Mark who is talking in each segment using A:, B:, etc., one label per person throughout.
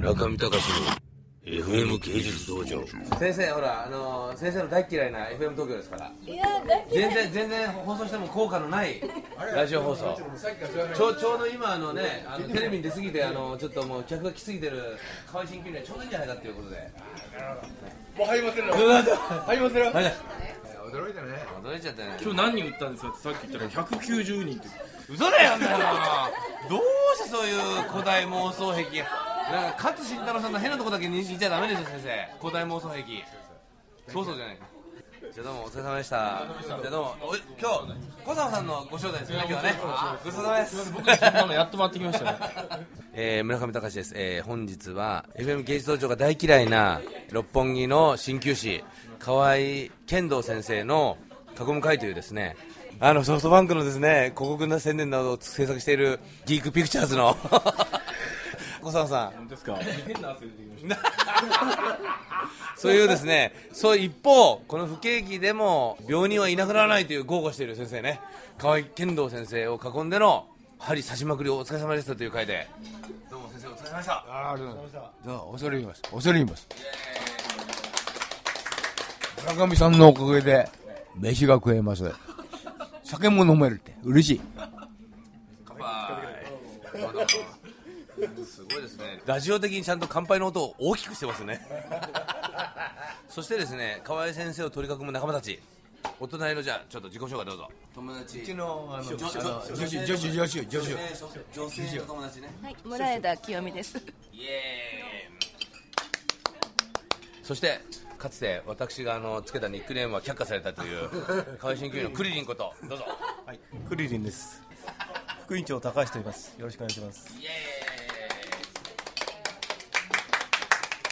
A: 中見隆の FM 芸術道場
B: 先生ほらあのー先生の大嫌いな FM 東京ですから
C: いやだけ
B: 全然全然放送しても効果のないラジオ放送ちょうちょうど今あのねあのテレビに出過ぎてあのちょっともう客が来すぎてる河合新球にはちょうどいいんじゃないかっていうことで
D: もう入りませんよ。
B: うわど
D: 入りませんよ。
E: 驚いたね
B: 驚いちゃったね
D: 今日何人打ったんですかってさっき言ったら190人って。
B: 嘘だよあんなのどうしてそういう古代妄想癖なんか勝慎太郎さんの変なとこだけ似似ちゃダメですよ先生古代妄想癖そうそうじゃないじゃあどうもお疲れ様でしたじゃあどうもおい今日小沢さんのご招待ですよね今日はねごちそうさまです
D: 僕そんなのやっと回ってきましたね。
B: えー村上隆です、えー本日は FM 芸術道場が大嫌いな六本木の鍼灸師河合剣道先生の「囲む会」というですねあのソフトバンクのですね広告な宣伝などを制作しているギークピクチャーズの 小沢さん
D: 本当ですか。変な汗出てきました。
B: そういうですね、そう一方、この不景気でも病人はいなくならないという豪語している先生ね、河合剣道先生を囲んでの針刺しまくりをお疲れ様でしたという回で、どうも先生、お疲れ様でした。
E: あありがとうございますじゃあ恐れ入ります恐れ入ります村上さんのおかげで飯が食えます酒も飲めるって嬉しい
B: すごいですね。ラジオ的にちゃんと乾杯の音を大きくしてますね。そしてですね、河合先生を取り囲む仲間たち。お隣のじゃあちょっと自己紹介どうぞ。友達。
E: うちのあの女
B: 女子
E: 子女子女子女子女子
B: 女性の友達ね。
C: はい村枝清美です
B: イエーイそしてかつて私があのつけたニックネームは却下されたという 河合新球医のクリリンことどうぞ
F: はい、クリリンです。副院長高橋と言います。よろしくお願いします。
B: イエーイ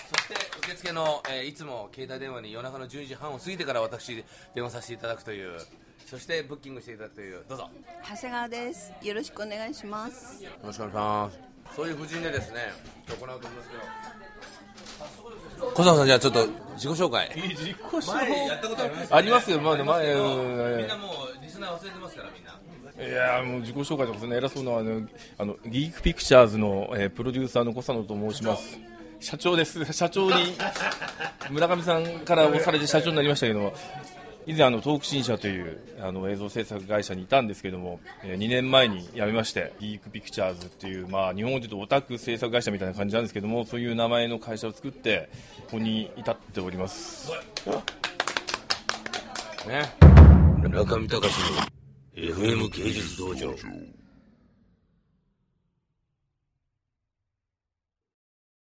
B: そして受付の、えーいつも携帯電話に夜中の12時半を過ぎてから私電話させていただくというそしてブッキングしていただくというどうぞ
G: 長谷川です。よろしくお願いします。
B: よろしくお願いしますそういう布陣でですね行うと思いますけど小沢さんじゃあちょっと自己紹介
D: 自己紹
B: 前やったことあります
D: ありますよ。まあね前。
B: みんなもうリスナー忘れてますからみんない
D: やーもう自己紹介とかそんな偉そうなあのあのギークピクチャーズの、えープロデューサーの小佐野と申します。社長です。 社長に村上さんから押されて社長になりましたけど。以前あのトーク新社というあの映像制作会社にいたんですけども、えー2年前に辞めましてギークピクチャーズっていうまあ日本語で言うとオタク制作会社みたいな感じなんですけどもそういう名前の会社を作ってここに至っております。
B: ね村上隆の FM 芸術道場